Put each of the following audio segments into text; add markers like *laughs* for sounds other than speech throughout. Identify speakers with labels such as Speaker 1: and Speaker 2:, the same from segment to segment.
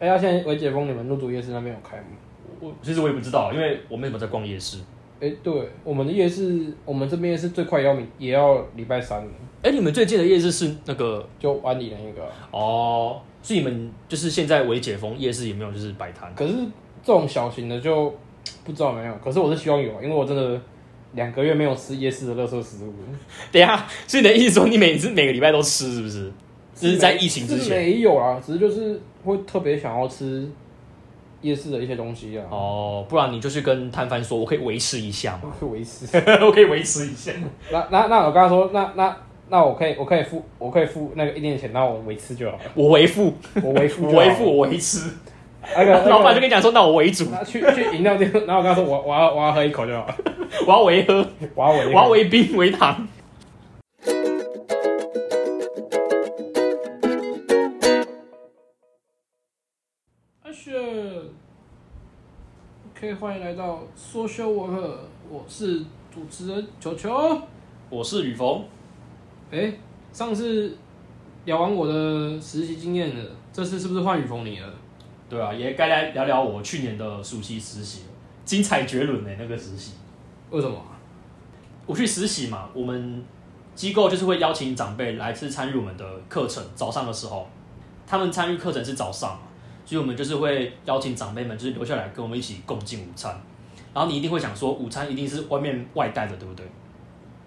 Speaker 1: 哎、呀，现在微解封，你们入主夜市那边有开吗？
Speaker 2: 我其实我也不知道，因为我没怎么在逛夜市。
Speaker 1: 哎、对，我们的夜市，我们这边夜市最快也要明也要礼拜三了，
Speaker 2: 哎、你们最近的夜市是那个
Speaker 1: 就湾里那个啊。
Speaker 2: 哦，所以你们就是现在未解封，夜市也没有就是摆摊。
Speaker 1: 可是这种小型的就不知道有没有，可是我是希望有，啊因为我真的两个月没有吃夜市的垃圾食物了。
Speaker 2: *laughs* 等一下，所以你的意思说你每次每个礼拜都吃是不是？这是在疫情之
Speaker 1: 是
Speaker 2: 前。
Speaker 1: 没有啦，只是就是会特别想要吃夜市的一些东西啊，
Speaker 2: 哦，不然你就去跟摊贩说，我可以维持一下吗？
Speaker 1: 去维持。
Speaker 2: *laughs*
Speaker 1: *laughs*
Speaker 2: 我可以维持一下。
Speaker 1: 那那那我跟他说，那那那我可以我可以付我可以付那个一点点钱，那我维持就好 *laughs* 了，
Speaker 2: *laughs* 我哦为付，
Speaker 1: 我维付
Speaker 2: 我
Speaker 1: 就好了
Speaker 2: 为付，我维持。
Speaker 1: 那个 *laughs*
Speaker 2: 老板就
Speaker 1: 就
Speaker 2: 跟你讲说，那我为 *laughs* 主，
Speaker 1: 那去去饮料店，然后我跟他说我我要我要喝一口就好了，
Speaker 2: 我要为喝，
Speaker 1: 我要维
Speaker 2: 我要为冰为糖。
Speaker 1: 阿雪，OK，欢迎来到说修我和，我是主持人球球。
Speaker 2: 我是吕峰，
Speaker 1: 哎、上次聊完我的实习经验了，这次是不是换雨逢你了？
Speaker 2: 对啊，也该来聊聊我去年的暑期实习了，精彩绝伦欸呢、那个实习。
Speaker 1: 为什么？
Speaker 2: 我去实习嘛，我们机构就是会邀请长辈来是参与我们的课程，早上的时候，他们参与课程是早上嘛，所以我们就是会邀请长辈们就是留下来跟我们一起共进午餐。然后你一定会想说，午餐一定是外面外带的，对不对？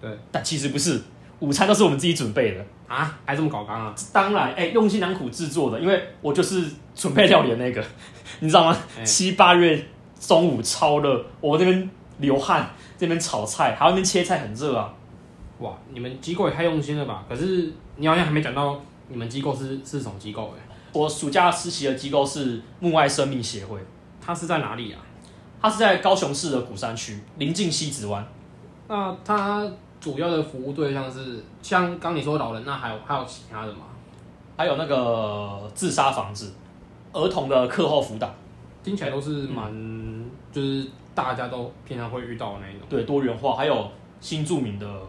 Speaker 1: 对。
Speaker 2: 但其实不是，午餐都是我们自己准备的。
Speaker 1: 啊，还这么搞刚啊？
Speaker 2: 当然，哎、用心良苦制作的，因为我就是准备料理的那个， *laughs* 你知道吗？
Speaker 1: 哎
Speaker 2: 七八月中午超热，我这边流汗，这边炒菜，还有那边切菜很热啊。
Speaker 1: 哇，你们机构也太用心了吧？可是你好像还没讲到你们机构是是什么机构哎、
Speaker 2: 我暑假实习的机构是幕外生命协会，
Speaker 1: 它是在哪里啊？
Speaker 2: 它是在高雄市的鼓山区，临近西子湾。
Speaker 1: 那它主要的服务对象是像刚你说老人，那还有还有其他的吗？
Speaker 2: 还有那个自杀防治、儿童的课后辅导，
Speaker 1: 听起来都是蛮、就是大家都平常会遇到的那一种。
Speaker 2: 对多元化，还有新著名的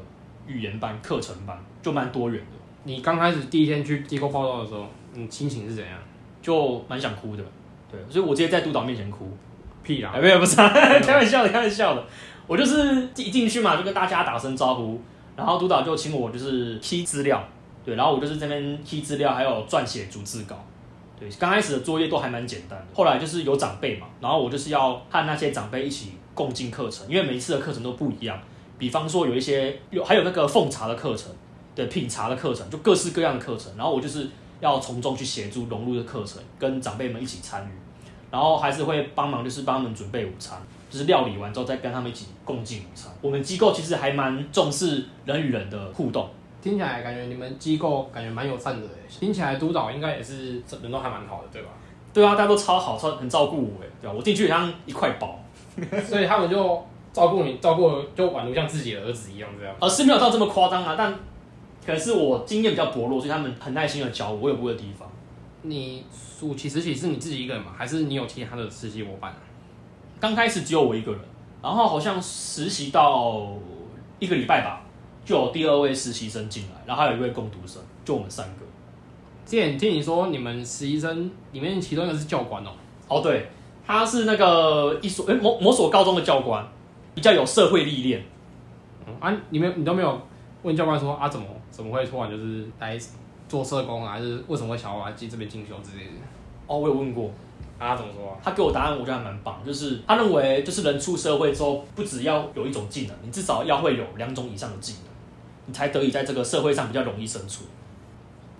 Speaker 2: 语言班、课程班，就蛮多元的，
Speaker 1: 你刚开始第一天去机构报道的时候，你心情是怎样？
Speaker 2: 就蛮想哭的。对，所以我直接在督导面前哭。
Speaker 1: 屁
Speaker 2: 哎，
Speaker 1: 啦！
Speaker 2: 没有，不是、啊，开玩笑的，开玩笑的。我就是一进去嘛，就跟大家打声招呼，然后督导就请我就是 key 资料，对，然后我就是这边 key 资料，还有撰写逐字稿。对，刚开始的作业都还蛮简单的，后来就是有长辈嘛，然后我就是要和那些长辈一起共进课程，因为每一次的课程都不一样。比方说有一些有还有那个奉茶的课程，对，品茶的课程，就各式各样的课程，然后我就是要从中去协助融入的课程，跟长辈们一起参与。然后还是会帮忙，就是帮他们准备午餐，就是料理完之后再跟他们一起共进午餐。我们机构其实还蛮重视人与人的互动，
Speaker 1: 听起来感觉你们机构感觉蛮友善的耶，听起来督导应该也是人都还蛮好的，对吧？
Speaker 2: 对啊，大家都超好，超很照顾我，哎，对啊，我进去好像一块宝，
Speaker 1: 所以他们就照顾你，照顾得就宛如像自己的儿子一样这样。
Speaker 2: 呃，是没有到这么夸张啊，但可能是我经验比较薄弱，所以他们很耐心的教我，我有不会的地方。
Speaker 1: 你暑期实习是你自己一个人吗？还是你有其他的实习伙伴啊？
Speaker 2: 刚开始只有我一个人，然后好像实习到一个礼拜吧，就有第二位实习生进来，然后还有一位共读生，就我们三个。
Speaker 1: 之前听你说你们实习生里面其中一个是教官哦、
Speaker 2: 哦，对，他是那个一所诶某某所高中的教官，比较有社会历练。
Speaker 1: 啊，你没有你都没有问教官说啊怎么怎么会突然就是来做社工啊，还是为什么会想要来进这边进修之类的？
Speaker 2: 哦，我有问过，
Speaker 1: 啊，怎么说啊？
Speaker 2: 他给我答案，我觉得还蛮棒，就是他认为就是人出社会之后，不只要有一种技能，你至少要会有两种以上的技能，你才得以在这个社会上比较容易生存。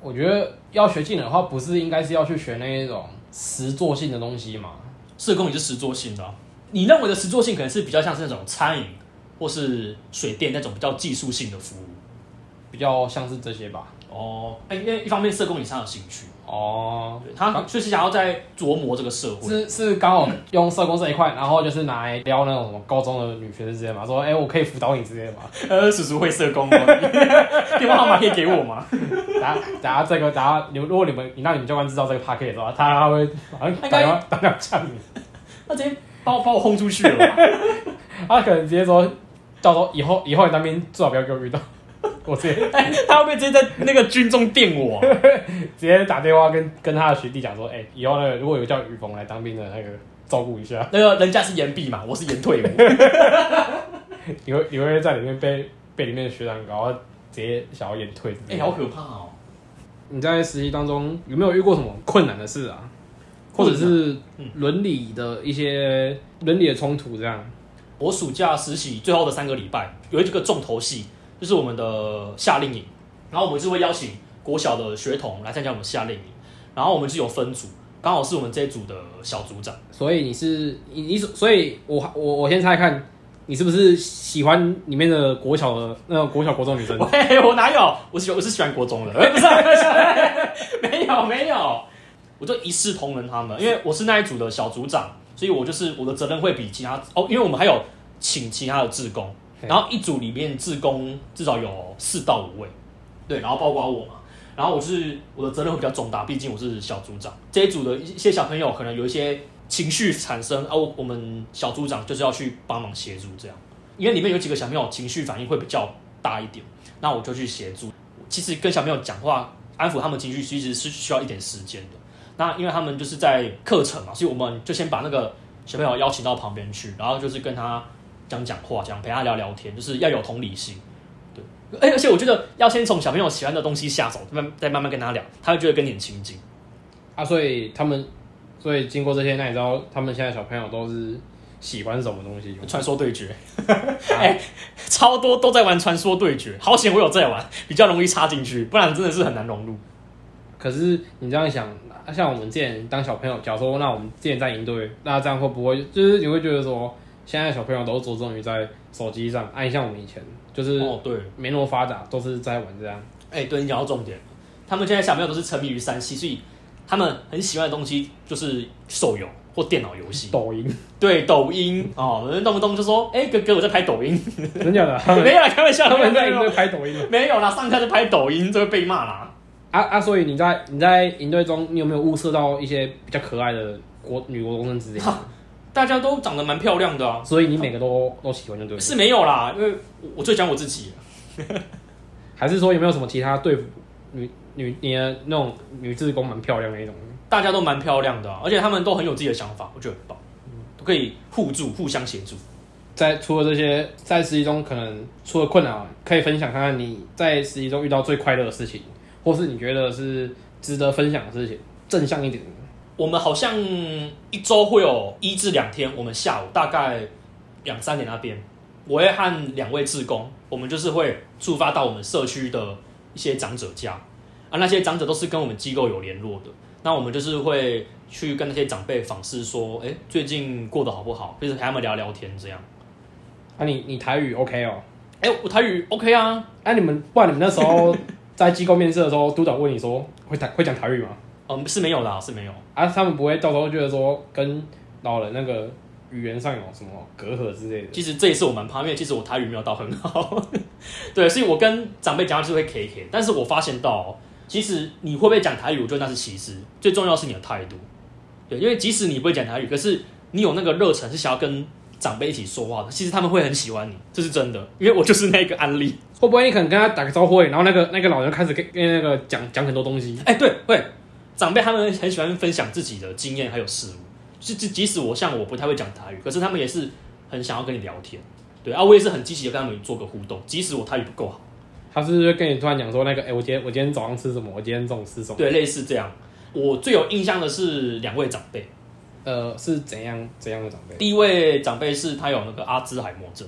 Speaker 1: 我觉得要学技能的话，不是应该是要去学那一种实作性的东西嘛？
Speaker 2: 社工也是实作性的啊、你认为的实作性可能是比较像是那种餐饮或是水电那种比较技术性的服务。
Speaker 1: 比较像是这些吧。
Speaker 2: 哦，哎因为一方面社工也是他的兴趣，
Speaker 1: 哦，
Speaker 2: 对他确实想要在琢磨这个社会。
Speaker 1: 是是刚好用社工这一块，然后就是拿来撩那种什么高中的女学生之类的嘛，说哎、我可以辅导你之类的嘛。
Speaker 2: 呃，叔叔会社工哦，电话号码可以给我吗？
Speaker 1: 等下等下这个等下你如果你们你让你们教官知道这个 p a c k 的话，他他会好像打电话打电话呛你，
Speaker 2: 那直接把我把我轰出去了吧。
Speaker 1: 他可能直接说，到时候以后以后你那边最好不要给我遇到。 *laughs* 我直接
Speaker 2: 他会不会直接在那个军中电我啊、
Speaker 1: 直接打电话跟跟他的学弟讲说，哎、以后那个如果有叫雨鹏来当兵的那个，照顾一下， *laughs*
Speaker 2: 那个人家是延毕嘛，我是延退伍。
Speaker 1: 你会你会在里面被被里面的学长搞，然后直接想要演退。
Speaker 2: 哎、好可怕哦！
Speaker 1: 你在实习当中有没有遇过什么困难的事啊？或者是
Speaker 2: 嗯
Speaker 1: 伦理的一些伦理的冲突这样？
Speaker 2: 我暑假实习最后的三个礼拜，有一个重头戏，就是我们的夏令营。然后我们是会邀请国小的学童来参加我们夏令营，然后我们是有分组，刚好是我们这一组的小组长。
Speaker 1: 所以你是你你所所以我我我先猜看，你是不是喜欢里面的国小的那个国小国中女生？
Speaker 2: 喂，我哪有？我喜我是喜欢
Speaker 1: *laughs*
Speaker 2: 国中的，哎不是啊、没有没有，我就一视同仁他们，因为我是那一组的小组长，所以我就是我的责任会比其他哦，因为我们还有请其他的志工，
Speaker 1: 嘿
Speaker 2: 然后一组里面志工至少有四到五位，对，然后包括我嘛，然后我是我的责任会比较重大，毕竟我是小组长，这一组的一些小朋友可能有一些情绪产生啊，我我们小组长就是要去帮忙协助这样，因为里面有几个小朋友情绪反应会比较大一点，那我就去协助。其实跟小朋友讲话，安抚他们情绪，其实是需要一点时间的。那因为他们就是在课程嘛，所以我们就先把那个小朋友邀请到旁边去，然后就是跟他讲讲话，讲陪他聊聊天，就是要有同理心。对，哎而而且我觉得要先从小朋友喜欢的东西下手，慢再慢慢跟他聊，他会觉得跟你很亲近。
Speaker 1: 啊，所以他们所以经过这些，那你知道他们现在小朋友都是喜欢什么东西吗？
Speaker 2: 传说对决， *laughs* 哎、超多都在玩传说对决，好险我有在玩，比较容易插进去，不然真的是很难融入。
Speaker 1: 可是你这样想，啊像我们之前当小朋友，假如说那我们之前在营队，那这样会不会就是你会觉得说，现在小朋友都着重于在手机上，按、像我们以前就是
Speaker 2: 哦，对，
Speaker 1: 没那么发达，都是在玩这样。
Speaker 2: 哎、对你讲到重点了，他们现在小朋友都是沉迷于三 C，所以他们很喜欢的东西就是手游或电脑游戏，
Speaker 1: 抖音，
Speaker 2: 对抖音哦，人动不动就说，哎、哥哥我在拍抖音，
Speaker 1: 真假的？他们
Speaker 2: 没有啦，开玩笑，
Speaker 1: 他们在
Speaker 2: 没
Speaker 1: 营队
Speaker 2: 有
Speaker 1: 拍抖音了
Speaker 2: 没有啦，上课就拍抖音，这会被骂啦。
Speaker 1: 啊啊！所以你在你在营队中，你有没有物色到一些比较可爱的国女国中生之类的？
Speaker 2: 大家都长得蛮漂亮的啊，
Speaker 1: 所以你每个都都喜欢就对了。
Speaker 2: 是没有啦，因为我我最讲我自己了，
Speaker 1: 还是说有没有什么其他对付女女你的那种女志工蛮漂亮的那种？
Speaker 2: 大家都蛮漂亮的啊、而且他们都很有自己的想法，我觉得很棒，都可以互助、互相协助。
Speaker 1: 在除了这些，在实习中可能出了困难，可以分享看看你在实习中遇到最快乐的事情，或是你觉得是值得分享的事情，正向一点。
Speaker 2: 我们好像一周会有一至两天，我们下午大概两三点那边，我会和两位志工，我们就是会出发到我们社区的一些长者家啊，那些长者都是跟我们机构有联络的，那我们就是会去跟那些长辈访视，说，哎、最近过得好不好？就是陪他们聊聊天这样。
Speaker 1: 啊你，你台语 OK 哦？
Speaker 2: 哎、我台语 OK 啊，
Speaker 1: 啊，你们不然你们那时候在机构面试的时候，督导问你说会台会讲台语吗？
Speaker 2: 嗯，是没有啦，是没有。
Speaker 1: 啊，他们不会到时候觉得说跟老人那个语言上有什么隔阂之类的。
Speaker 2: 其实这也是我蛮怕，因为其实我台语没有到很好， *laughs* 对，所以我跟长辈讲话就是会 K K，但是我发现到哦、其实你会不会讲台语，我觉得那是其次，最重要是你的态度，对，因为即使你不会讲台语，可是你有那个热忱，是想要跟长辈一起说话的，其实他们会很喜欢你，这是真的，因为我就是那个案例，
Speaker 1: 会不会你可能跟他打个招呼，然后那个那个老人就开始跟跟那个讲讲很多东西？
Speaker 2: *laughs* 哎、对，会长辈他们很喜欢分享自己的经验还有事物，即即即使我像我不太会讲台语，可是他们也是很想要跟你聊天，对啊，我也是很积极的跟他们做个互动，即使我台语不够好。
Speaker 1: 他是不是跟你突然讲说那个，哎、我今天我今天早上吃什么？我今天中午吃什么？
Speaker 2: 对，类似这样。我最有印象的是两位长辈，
Speaker 1: 呃，是怎样怎样的长辈？
Speaker 2: 第一位长辈是他有那个阿兹海默症，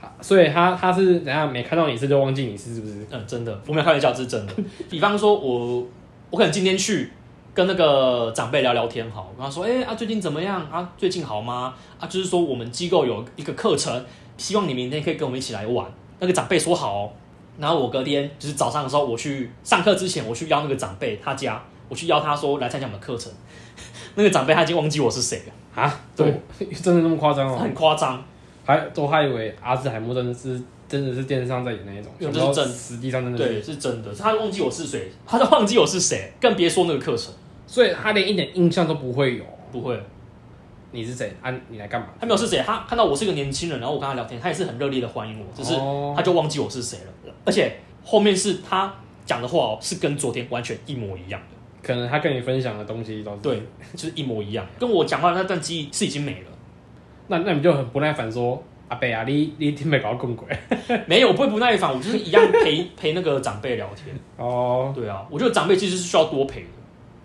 Speaker 1: 啊所以他他是怎样没看到你是就忘记你是是不是？
Speaker 2: 嗯，真的，我没有开玩笑，这是真的。比方说我，我可能今天去跟那个长辈聊聊天，好，我跟他说，哎、啊，最近怎么样啊？最近好吗？啊，就是说我们机构有一个课程，希望你明天可以跟我们一起来玩。那个长辈说好哦、然后我隔天就是早上的时候，我去上课之前，我去邀那个长辈他家，我去邀他说来参加我们的课程。 *laughs* 那个长辈他已经忘记我是谁了，
Speaker 1: 啊，
Speaker 2: 对
Speaker 1: 对，真的那么夸张
Speaker 2: *laughs*
Speaker 1: 哦？
Speaker 2: 很夸张。
Speaker 1: 还都还以为阿兹海默真的是真的是电视上在演的那一种，
Speaker 2: 有
Speaker 1: 想
Speaker 2: 这
Speaker 1: 不
Speaker 2: 是
Speaker 1: 到
Speaker 2: 真的
Speaker 1: 实际上真的是。
Speaker 2: 对，是真的，他忘记我是谁，他都忘记我是谁，更别说那个课程。
Speaker 1: 所以他连一点印象都不会有，
Speaker 2: 不会，
Speaker 1: 你是谁啊？你来干嘛？
Speaker 2: 他没有是谁，他看到我是一个年轻人，然后我跟他聊天，他也是很热烈的欢迎我，只是
Speaker 1: 哦
Speaker 2: 他就忘记我是谁了。而且后面是他讲的话哦是跟昨天完全一模一样的，
Speaker 1: 可能他跟你分享的东西都是
Speaker 2: 对，就是一模一样，跟我讲话的那段记忆是已经没了。
Speaker 1: 那那你就很不耐烦说阿贝啊，你 *laughs* 你听没搞共鬼
Speaker 2: 没有，我不会不耐烦，我就是一样陪 *laughs* 陪那个长辈聊天。
Speaker 1: 哦。
Speaker 2: 对啊，我觉得长辈其实是需要多陪的。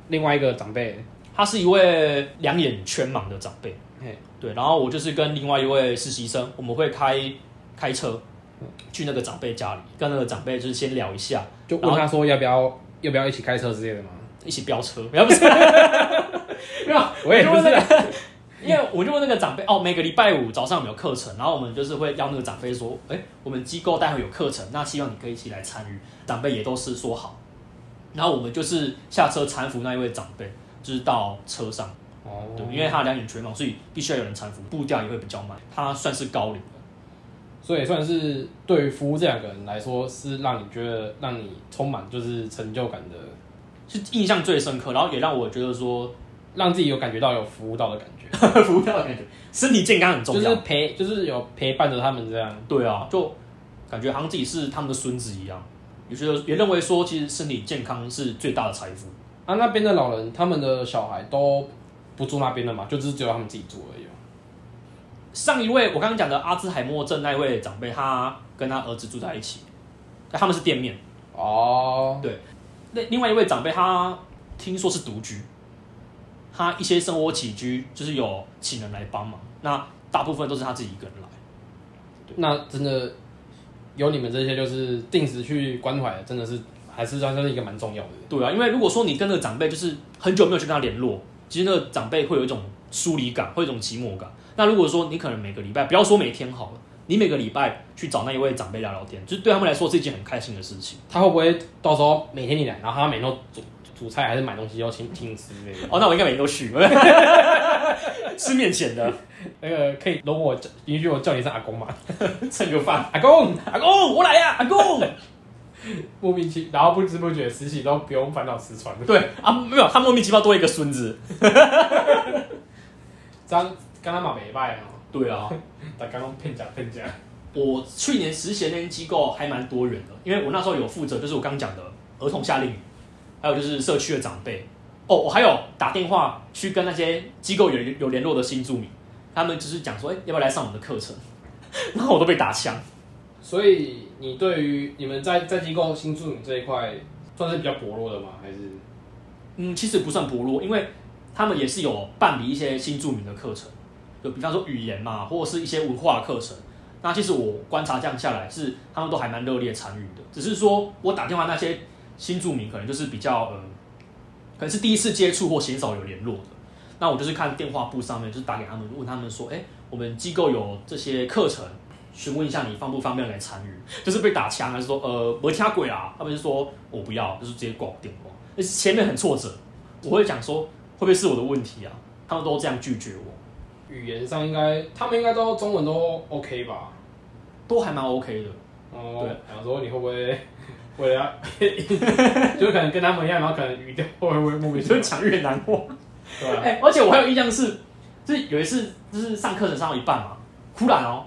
Speaker 1: 另外一个长辈，
Speaker 2: 他是一位两眼全盲的长辈
Speaker 1: 嘿，
Speaker 2: 对，然后我就是跟另外一位实习生，我们会开开车去那个长辈家里，跟那个长辈就是先聊一下，
Speaker 1: 就问他说要不要要不要一起开车之类的吗？
Speaker 2: 一起飙车，没有不是，没有，
Speaker 1: 我也
Speaker 2: 就
Speaker 1: 不
Speaker 2: 问
Speaker 1: 是
Speaker 2: 那
Speaker 1: 啊，
Speaker 2: 个，因为我就问那个长辈哦，每个礼拜五早上有没有课程？然后我们就是会邀那个长辈说，哎、我们机构待会有课程，那希望你可以一起来参与。长辈也都是说好，然后我们就是下车搀扶那一位长辈，就是到车上，
Speaker 1: 哦，
Speaker 2: 对，因为他两眼全盲，所以必须要有人搀扶，步调也会比较慢。他算是高龄的，
Speaker 1: 所以算是对于服务这两个人来说，是让你觉得让你充满就是成就感的，
Speaker 2: 是印象最深刻，然后也让我觉得说
Speaker 1: *laughs* 让自己有感觉到有服务到的感觉，
Speaker 2: 服务到的感觉，身体健康很重
Speaker 1: 就
Speaker 2: 要。
Speaker 1: 是陪就是有陪伴着他们这样。
Speaker 2: 对啊，就感觉好像自己是他们的孙子一样，也觉得也认为说，其实身体健康是最大的财富。
Speaker 1: 啊，那边的老人他们的小孩都不住那边了嘛，就只是只有他们自己住而已嘛。
Speaker 2: 上一位我刚刚讲的阿兹海默症那一位长辈，他跟他儿子住在一起，他们是店面。
Speaker 1: 哦，
Speaker 2: 那另外一位长辈，他听说是独居，他一些生活起居就是有请人来帮忙，那大部分都是他自己一个人来。
Speaker 1: 那真的有你们这些就是定时去关怀，真的是还是算是一个蛮重要的。
Speaker 2: 对啊，因为如果说你跟那个长辈就是很久没有去跟他联络，其实那个长辈会有一种疏离感，会有一种寂寞感。那如果说你可能每个礼拜，不要说每天好了，你每个礼拜去找那一位长辈聊聊天，就是对他们来说是一件很开心的事情。
Speaker 1: 他会不会到时候每天你来，然后他每天都煮煮菜还是买东西要请请你吃之类的？
Speaker 2: 哦，那我应该每天都 *laughs* 去，吃面前的
Speaker 1: *laughs*
Speaker 2: *laughs*
Speaker 1: 那个可以容我叫允许我叫你一声阿公吗？
Speaker 2: 蹭个 *laughs* 饭。
Speaker 1: 阿公，
Speaker 2: 阿公，啊我来呀、阿公。
Speaker 1: 莫名其然后不知不觉实习都不用烦恼吃穿，
Speaker 2: 对啊，没有，他莫名其妙多一个孙子。
Speaker 1: 这样跟他嘛没拜哦，
Speaker 2: 对啊，
Speaker 1: 他刚刚骗假骗假。
Speaker 2: 我去年实习的那间机构还蛮多元的，因为我那时候有负责就是我刚讲的儿童夏令营，还有就是社区的长辈。哦，我还有打电话去跟那些机构有有联络的新住民，他们就是讲说，哎、要不要来上我们的课程？ *laughs* 然后我都被打枪。
Speaker 1: 所以你对于你们在在机构新住民这一块算是比较薄弱的吗？还是
Speaker 2: 嗯，其实不算薄弱，因为他们也是有办理一些新著名的课程，就比方说语言嘛，或者是一些文化课程。那其实我观察这样下来是，他们都还蛮热烈参与的。只是说我打电话那些新著名，可能就是比较呃，可能是第一次接触或鲜少有联络的。那我就是看电话簿上面，就是打给他们，问他们说，哎、我们机构有这些课程，询问一下你方不方便来参与？就是被打枪，还是说呃没听鬼啦？他们就说我不要，就是直接挂我电话。而且前面很挫折，我会讲说会不会是我的问题啊？他们都这样拒绝我，
Speaker 1: 语言上应该他们应该都中文都 OK 吧？
Speaker 2: 都还蛮 OK 的。
Speaker 1: 哦，想说你会不会 *laughs* 为了要，就可能跟他们一样，然后可能语调会不会莫
Speaker 2: 我
Speaker 1: 名其
Speaker 2: 就
Speaker 1: 妙，
Speaker 2: 讲越难过。
Speaker 1: 对吧？
Speaker 2: *laughs* 哎、而且我还有印象是，就是有一次就是上课程上到一半嘛，忽然哦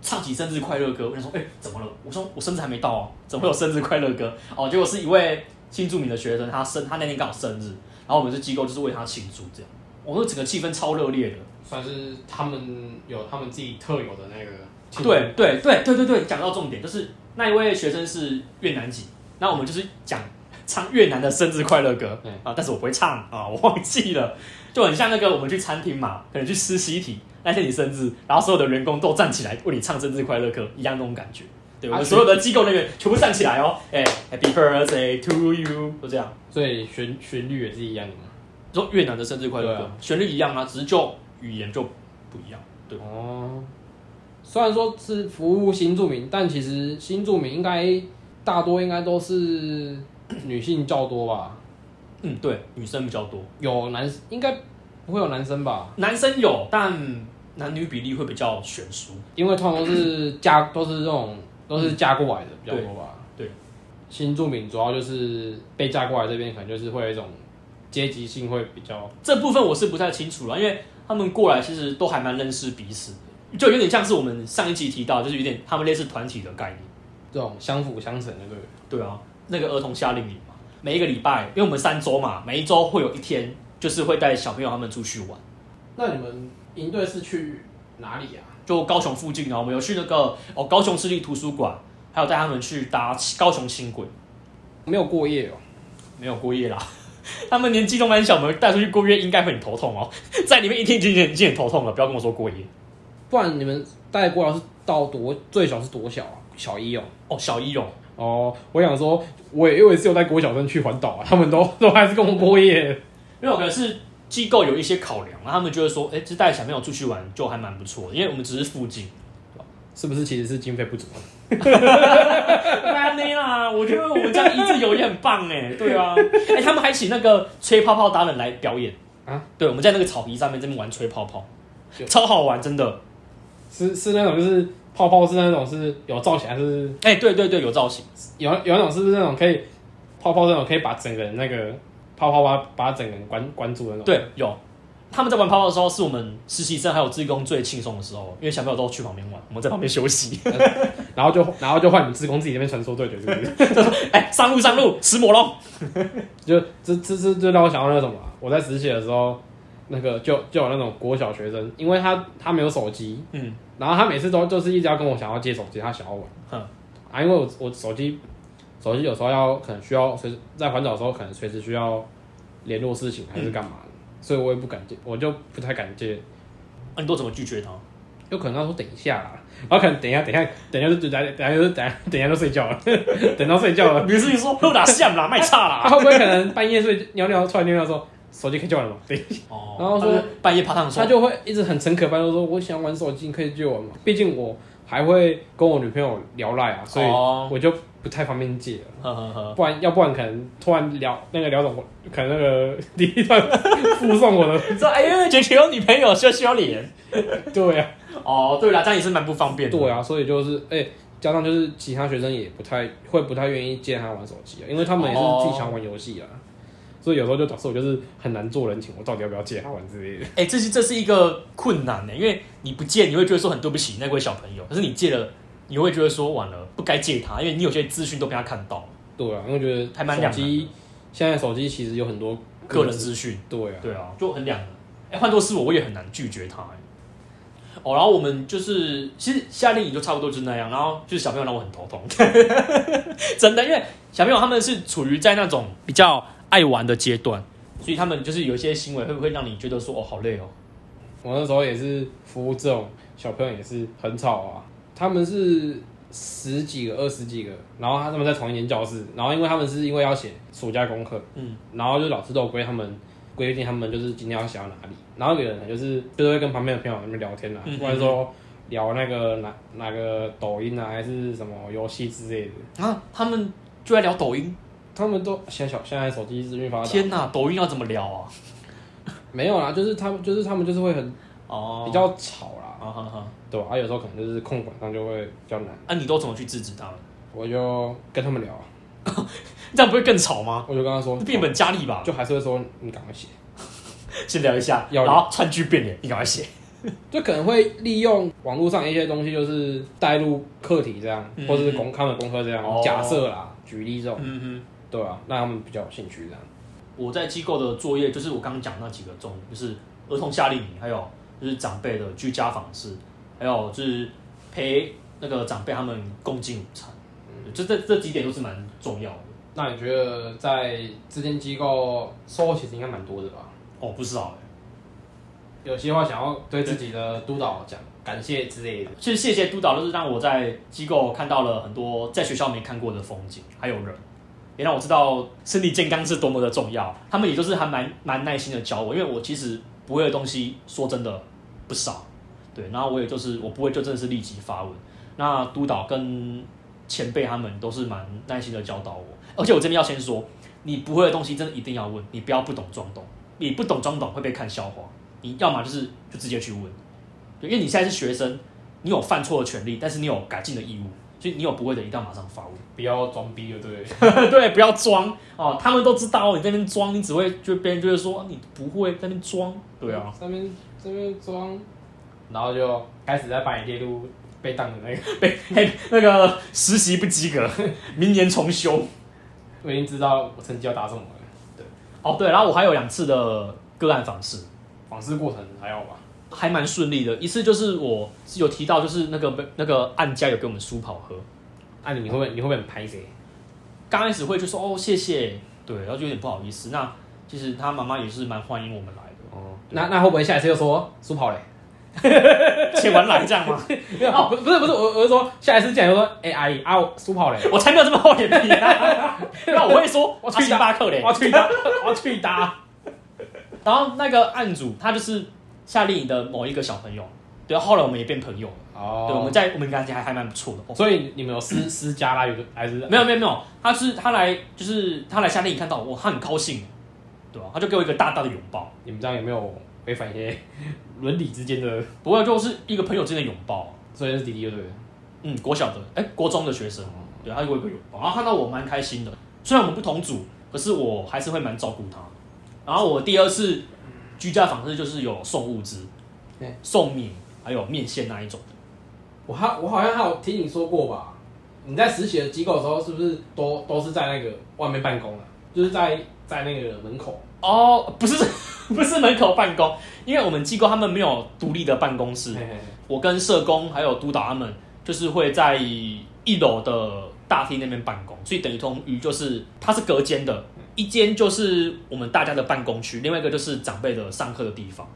Speaker 2: 唱起生日快乐歌，我想说哎、怎么了？我说我生日还没到哦，怎么会有生日快乐歌？哦，结果是一位新著名的学生，他生他那天刚好生日，然后我们这机构就是为他庆祝这样，我们整个气氛超热烈的。
Speaker 1: 算是他们有他们自己特有的那个气氛
Speaker 2: 对对对对对对，讲到重点，就是那一位学生是越南籍，那我们就是讲 *laughs* 唱越南的生日快乐歌，
Speaker 1: 嗯
Speaker 2: 啊，但是我不会唱啊，我忘记了，就很像那个我们去餐厅嘛，可能去吃西体，那天你生日，然后所有的员工都站起来为你唱生日快乐歌，一样那种感觉。对，我们
Speaker 1: 啊
Speaker 2: 所有的机构人员全部站起来哦，哎、h a p p y birthday to you，就这样。
Speaker 1: 所以旋旋律也是一样的嘛。
Speaker 2: 说越南的生日快乐歌、
Speaker 1: 对啊
Speaker 2: 旋律一样啊，只是就语言就不一样。对
Speaker 1: 哦，虽然说是服务新住民，但其实新住民应该大多应该都是女性较多吧？
Speaker 2: 嗯，对，女生比较多。
Speaker 1: 有男应该不会有男生吧？
Speaker 2: 男生有，但男女比例会比较悬殊。
Speaker 1: 因为通常都是嫁，都是这种都是嫁过来的比较多吧。
Speaker 2: 对对
Speaker 1: 新住民主要就是被嫁过来这边，可能就是会有一种阶级性会比较
Speaker 2: 这部分我是不太清楚了，因为他们过来其实都还蛮认识彼此的，就有点像是我们上一集提到，就是有点他们类似团体的概念。
Speaker 1: 这种相辅相成的，对不对？
Speaker 2: 对啊，那个儿童夏令营嘛，每一个礼拜，因为我们三周嘛，每一周会有一天就是会带小朋友他们出去玩，
Speaker 1: 那你们营队是去哪里啊？
Speaker 2: 就高雄附近啊，我们有去那个哦高雄市立图书馆，还有带他们去搭高雄 *laughs* 轻轨，
Speaker 1: 没有过夜哦、
Speaker 2: 没有过夜啦。 *laughs* 他们年纪都蛮小，我们带出去过夜应该会很头痛哦， *laughs* 在里面一天已经已经很头痛了，不要跟我说过夜
Speaker 1: 不然你们带过来是到多最小是多小啊？小一哦、
Speaker 2: 哦。小一哦，
Speaker 1: 哦，我想说，我也我也是有带国小生去环岛啊，他 *laughs* 们都都还是跟我过夜。
Speaker 2: 因为可能是机构有一些考量，他们就会说，哎、这带小朋友出去玩就还蛮不错，因为我们只是附 *laughs* 近。
Speaker 1: 是不是其实是经费不足啊？
Speaker 2: 蛮没啦，我觉得我们这样一日游也很棒 *laughs* 哎，对啊，哎、他们还请那个吹泡泡达人来表演
Speaker 1: 啊，
Speaker 2: 对，我们在那个草皮上面这边玩吹泡泡
Speaker 1: 有，
Speaker 2: 超好玩，真的，
Speaker 1: 是是那种就是泡泡是那种是有造型，还是
Speaker 2: 哎、对对对，有造型，
Speaker 1: 有有那种是不是那种可以泡泡那种可以把整个人那个泡泡把把整个人关关住的那种？，
Speaker 2: 对，有。他们在玩泡泡的时候，是我们实习生还有志工最轻松的时候，因为小朋友都去旁边玩，我们在旁边休息。 *laughs*
Speaker 1: 然后就然后就换你们自工自己那边传说对决，是不
Speaker 2: *laughs*
Speaker 1: 是？
Speaker 2: 哎、上路上路，石魔龙，
Speaker 1: 就这这这这让我想到那种啊，我在实习的时候，那个就就有那种国小学生，因为他他没有手机，
Speaker 2: 嗯，
Speaker 1: 然后他每次都就是一直要跟我想要借手机，他想要玩
Speaker 2: 哼，
Speaker 1: 啊，因为我我手机手机有时候要可能需要随时在环岛的时候可能随时需要联络事情还
Speaker 2: 嗯
Speaker 1: 是干嘛的，所以我也不敢借，我就不太敢借，
Speaker 2: 啊、你都怎么拒绝他？
Speaker 1: 有可能他说等一下啦，然后可能等一下等一下等一下就等一下等一下就等一下等一下就睡觉了，等到睡觉了，
Speaker 2: 你是说又打像啦，卖差
Speaker 1: 啊
Speaker 2: *laughs* 啦？
Speaker 1: 会不会可能半夜睡尿尿突然尿尿说手机可以叫人吗？对。
Speaker 2: 哦
Speaker 1: 然后说
Speaker 2: 他就半夜爬上
Speaker 1: 他
Speaker 2: 床，
Speaker 1: 就会一直很诚恳般地说：“我想玩手机，你可以借我吗？”毕竟我还会跟我女朋友聊赖啊，所以
Speaker 2: 哦
Speaker 1: 我就不太方便借了。
Speaker 2: 呵呵呵，
Speaker 1: 不然，要不然可能突然聊那个聊懂，可能那个第一段附送我的，
Speaker 2: 你说哎呀，姐姐有女朋友，羞羞脸。
Speaker 1: 对啊，
Speaker 2: 哦，对啦，这样也是蛮不方便的。
Speaker 1: 对啊，所以就是哎、加上就是其他学生也不太会不太愿意借他玩手机啊，因为他们也是
Speaker 2: 哦
Speaker 1: 自己想玩游戏啊。所以有时候就导致我就是很难做人情，我到底要不要借他玩之类的？
Speaker 2: 哎、这是这是一个困难欸呢、因为你不借，你会觉得说很对不起那位小朋友；可是你借了，你会觉得说完了不该借他，因为你有些资讯都被他看到，
Speaker 1: 对啊，因为觉得
Speaker 2: 还蛮
Speaker 1: 手
Speaker 2: 两难
Speaker 1: 机
Speaker 2: 的
Speaker 1: 现在手机其实有很多
Speaker 2: 个人资讯。
Speaker 1: 对啊，
Speaker 2: 对啊，就很两难。哎、换做是我，我也很难拒绝他、欸。哦，然后我们就是，其实夏令营就差不多就是那样，然后就是小朋友让我很头痛， *laughs* 真的，因为小朋友他们是处于在那种比较爱玩的阶段，所以他们就是有一些行为会不会让你觉得说哦好累哦，
Speaker 1: 我那时候也是服务这种小朋友，也是很吵啊。他们是十几个、二十几个，然后他们在同一间教室，然后因为他们是因为要写暑假功课，
Speaker 2: 嗯，
Speaker 1: 然后就老师都有规他们规定他们就是今天要写到哪里，然后有人就是就是会跟旁边的朋友在那边聊天啊，
Speaker 2: 嗯嗯
Speaker 1: 或者说聊那个哪哪个抖音啊，还是什么游戏之类的。
Speaker 2: 啊，他们就在聊抖音，
Speaker 1: 他们都现在小现在手机资讯发达，
Speaker 2: 天哪，抖音要怎么聊啊？
Speaker 1: 没有啦，就是他们就是他们就是会很
Speaker 2: 哦，
Speaker 1: 比较吵啦，
Speaker 2: 啊哈哈，啊
Speaker 1: 对吧？啊，有时候可能就是控管上就会比较难。
Speaker 2: 那、你都怎么去制止他们？
Speaker 1: 我就跟他们聊啊，
Speaker 2: 这样不会更吵吗？
Speaker 1: 我就跟他说，哦
Speaker 2: 变本加厉吧，
Speaker 1: 就还是会说你赶快写，
Speaker 2: 先聊一下，
Speaker 1: 要
Speaker 2: 然后串句变脸，你赶快写。
Speaker 1: 就可能会利用网络上一些东西，就是带入课题这样，
Speaker 2: 嗯
Speaker 1: 或者是功他们的功课这样，
Speaker 2: 哦
Speaker 1: 假设啦，举例这种，
Speaker 2: 嗯哼。
Speaker 1: 对啊，让他们比较有兴趣这样。
Speaker 2: 我在机构的作业就是我刚刚讲那几个重点，就是儿童夏令营，还有就是长辈的居家访视，还有就是陪那个长辈他们共进午餐，对就这这几点都是蛮重要的。
Speaker 1: 那你觉得在这间机构收获其实应该蛮多的吧？
Speaker 2: 哦，不少
Speaker 1: 有些话想要对自己的督导讲感谢之类的
Speaker 2: 欸，，其实谢谢督导，就是让我在机构看到了很多在学校没看过的风景，还有人，也让我知道身体健康是多么的重要。他们也就是还蛮蛮耐心的教我，因为我其实不会的东西，说真的不少。对，然后我也就是我不会就真的是立即发问。那督导跟前辈他们都是蛮耐心的教导我，而且我这边要先说，你不会的东西真的一定要问，你不要不懂装懂，你不懂装懂会被看笑话。你要么就是就直接去问，对，因为你现在是学生，你有犯错的权利，但是你有改进的义务，所以你有不会的一定要马上发问。
Speaker 1: 不要装逼就对了。
Speaker 2: *laughs* 对，不要装哦，他们都知道你在那边装，你只会就别人就会说你不会在那边装。对啊，，
Speaker 1: 这边这边装，然后就开始在把你列入被当的那个，
Speaker 2: 被嘿那个实习不及格， *laughs* 明年重修。
Speaker 1: 我已经知道我成绩要打什么了。
Speaker 2: 哦，对，然后我还有两次的个案访视，
Speaker 1: 访视过程还好吧？
Speaker 2: 还蛮顺利的。一次就是我有提到，就是那个那个案家有给我们书跑喝，
Speaker 1: 啊，你会不会你会不会很拍谁？
Speaker 2: 刚开始会就说哦谢谢，对，然后就有点不好意思。那其实他妈妈也是蛮欢迎我们来的，
Speaker 1: 哦，那那会不会下一次又说苏跑嘞？
Speaker 2: 且晚来这样吗？
Speaker 1: 没有，不不是不是，我我是说下一次竟然又说，哎、阿姨啊，苏跑嘞，
Speaker 2: 我才没有这么厚脸皮、啊。那我会说我去星巴克嘞
Speaker 1: 我。要去
Speaker 2: *laughs*
Speaker 1: 打，我要去打。
Speaker 2: 然后那个案主他就是夏令营的某一个小朋友，对，后来我们也变朋友了。对，我
Speaker 1: 哦
Speaker 2: 们，在我们感情还还蛮不错的。
Speaker 1: 所以你们有私私家啦，有个还是
Speaker 2: 没有没有没有，他是他来就是他来夏令营看到我，他很高兴，对吧、他就给我一个大大的拥抱，
Speaker 1: 你们这样有没有违反一些 *laughs* 伦理之间的？
Speaker 2: 不过就是一个朋友之间的拥抱。
Speaker 1: 所以是弟弟就对了。
Speaker 2: 嗯，国小的哎、国中的学生，对，他给我一个拥抱，然后看到我蛮开心的。虽然我们不同组，可是我还是会蛮照顾他。然后我第二次居家访视就是有送物资
Speaker 1: 对，
Speaker 2: 送米还有面线那一种的。
Speaker 1: 我好我好像还有听你说过吧？你在实习的机构的时候，是不是都都是在那个外面办公啊？就是在在那个门口。
Speaker 2: 哦，不是 *laughs* 不是门口办公，因为我们机构他们没有独立的办公室，
Speaker 1: 嘿嘿嘿
Speaker 2: 我跟社工还有督导他们，就是会在一楼的大厅那边办公，所以等于同于就是它是隔间的，一间就是我们大家的办公区，另外一个就是长辈的上课的地方。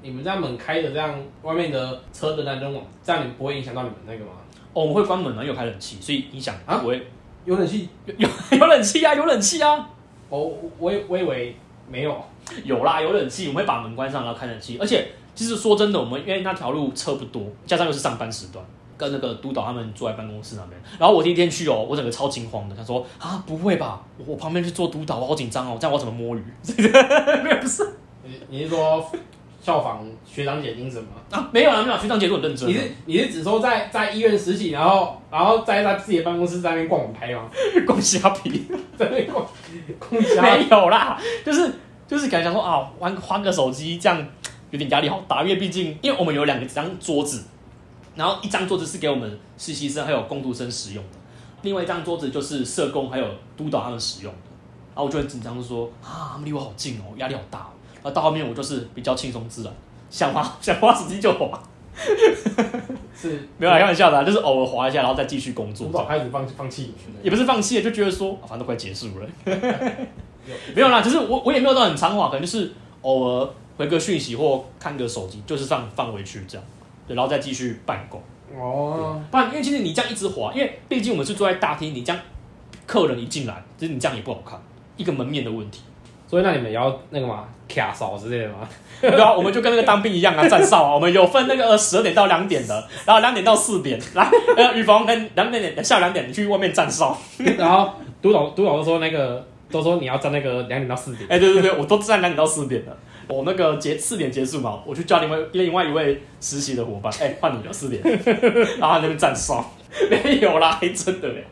Speaker 1: 你们在门开着，这样外面的车的来人往，这样你不会影响到你们那个吗？
Speaker 2: 哦，我们会关门，然后又开冷气，所以影响
Speaker 1: 啊
Speaker 2: 不会 *laughs*
Speaker 1: 有冷气，
Speaker 2: 有冷气啊，有冷气啊，
Speaker 1: 哦，我我以我以为没有。
Speaker 2: 有啦，有冷气，我们会把门关上，然后开冷气。而且其实说真的，我们因为那条路车不多，加上又是上班时段。跟那个督导他们坐在办公室那边，然后我第一天去哦，我整个超惊慌的，他说啊不会吧，我我旁边去做督导，我好紧张哦，这样我怎么摸鱼？没有不是
Speaker 1: 你你是说效仿学长姐精神吗？
Speaker 2: 啊，没有啊没有，学长姐都很认真
Speaker 1: 你是你是只说在在医院实习，然后然后在他自己的办公室在那边逛网拍吗？ *laughs*
Speaker 2: 的， *laughs* 恭喜阿皮，
Speaker 1: 在那边逛逛家
Speaker 2: 没有啦，就是就是感觉想说啊，玩换个手机这样有点压力好大，因为毕竟因为我们有两个张桌子，然后一张桌子是给我们实习生还有工读生使用的，另外一张桌子就是社工还有督导他们使用的，然后我就很紧张说啊，他们离我好近哦，压力好大哦，然后到后面我就是比较轻松自然，想滑 *laughs* 想滑手机就滑，
Speaker 1: 是
Speaker 2: 没有啊啦，开玩笑的啦，就是偶尔滑一下，然后再继续工作
Speaker 1: 主。导开始放放弃你们
Speaker 2: 也不是放弃了，就觉得说、啊反正都快结束了， *laughs* 没有啦，就是我我也没有到很长话，可能就是偶尔回个讯息或看个手机，就是放放回去这样，对，然后再继续办公。
Speaker 1: 哦，
Speaker 2: 不然，因为其实你这样一直滑，因为毕竟我们是坐在大厅，你这样客人一进来，就是你这样也不好看，一个门面的问题。
Speaker 1: 所以那你们也要那个嘛卡扫之类的吗？ *laughs*
Speaker 2: 对啊，我们就跟那个当兵一样啊，站哨啊，我们有分那个十二点到两点的，然后两点到四点，来呃预防跟两点下午两点你去外面站哨。
Speaker 1: 然后督导督导都说那个都说你要站那个两点到四点，
Speaker 2: 哎、对对对，我都站两点到四点了。我那个结四点结束嘛，我去叫另外另外一位实习的伙伴，哎、换你了四点， *laughs* 然后他那边站哨，没有啦，还真的嘞。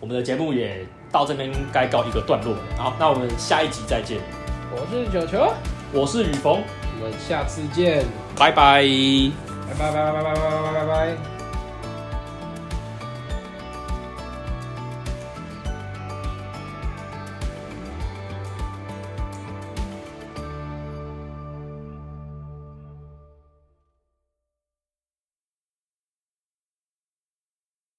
Speaker 2: 我们的节目也到这边该告一个段落了，好，那我们下一集再见。
Speaker 1: 我是九球，
Speaker 2: 我是雨峰，
Speaker 1: 我们下次见，
Speaker 2: 拜拜。
Speaker 1: 拜拜拜拜拜拜拜拜拜拜。